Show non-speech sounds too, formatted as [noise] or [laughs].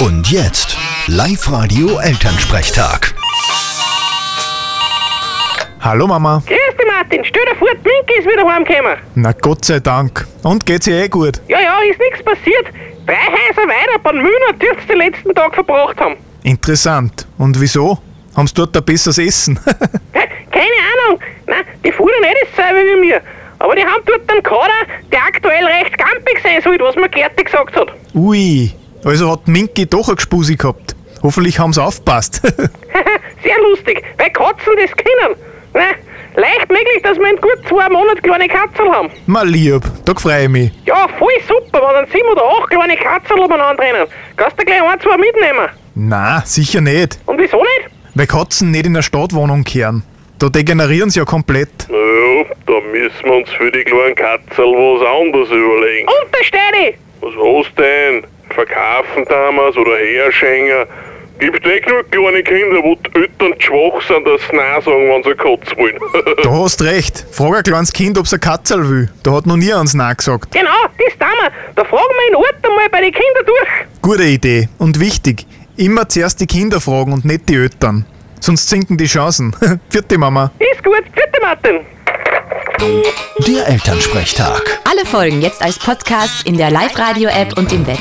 Und jetzt, Live-Radio Elternsprechtag. Hallo Mama. Grüß dich, Martin. Stell dir vor, die Minki ist wieder heimgekommen. Na Gott sei Dank. Und geht's ihr eh gut? Ja, ja, ist nichts passiert. Drei Häuser weiter bei Mühner dürft ihr den letzten Tag verbracht haben. Interessant. Und wieso? Haben's dort ein besseres Essen? [laughs] Hä, Keine Ahnung. Nein, die fuhren eh nicht dasselbe wie mir. Aber die haben dort einen Kader, der aktuell recht gampig sein sollte, was mir Gerti gesagt hat. Ui. Also hat Minki doch eine Gespusi gehabt. Hoffentlich haben's [laughs] aufgepasst. Sehr lustig, weil Katzen das können. Na, leicht möglich, dass wir in gut zwei Monaten kleine Katzel haben. Mal lieb. Da freu ich mich. Ja, voll super, wenn dann sieben oder acht kleine Katzel umeinander rennen. Kannst du gleich ein, zwei mitnehmen. Na, sicher nicht. Und wieso nicht? Weil Katzen nicht in der Stadtwohnung kehren. Da degenerieren sie ja komplett. Naja, da müssen wir uns für die kleinen Katzel was anderes überlegen. Untersteine! Was hast du denn? Verkaufen damals oder herschenken? Gibt eh genug kleine Kinder, wo die Eltern zu schwach sind, dass sie Nein sagen, wenn sie eine Katze wollen. [laughs] Da hast recht. Frag ein kleines Kind, ob's ein Katzel will. Da hat noch nie ans Nein gesagt. Genau, das tun wir. Da fragen wir den Ort einmal bei den Kindern durch. Gute Idee. Und wichtig. Immer zuerst die Kinder fragen und nicht die Eltern. Sonst sinken die Chancen. [laughs] Vierte Mama. Ist gut, bitte Martin. Der Elternsprechtag. Alle Folgen jetzt als Podcast in der Live-Radio-App und im Web.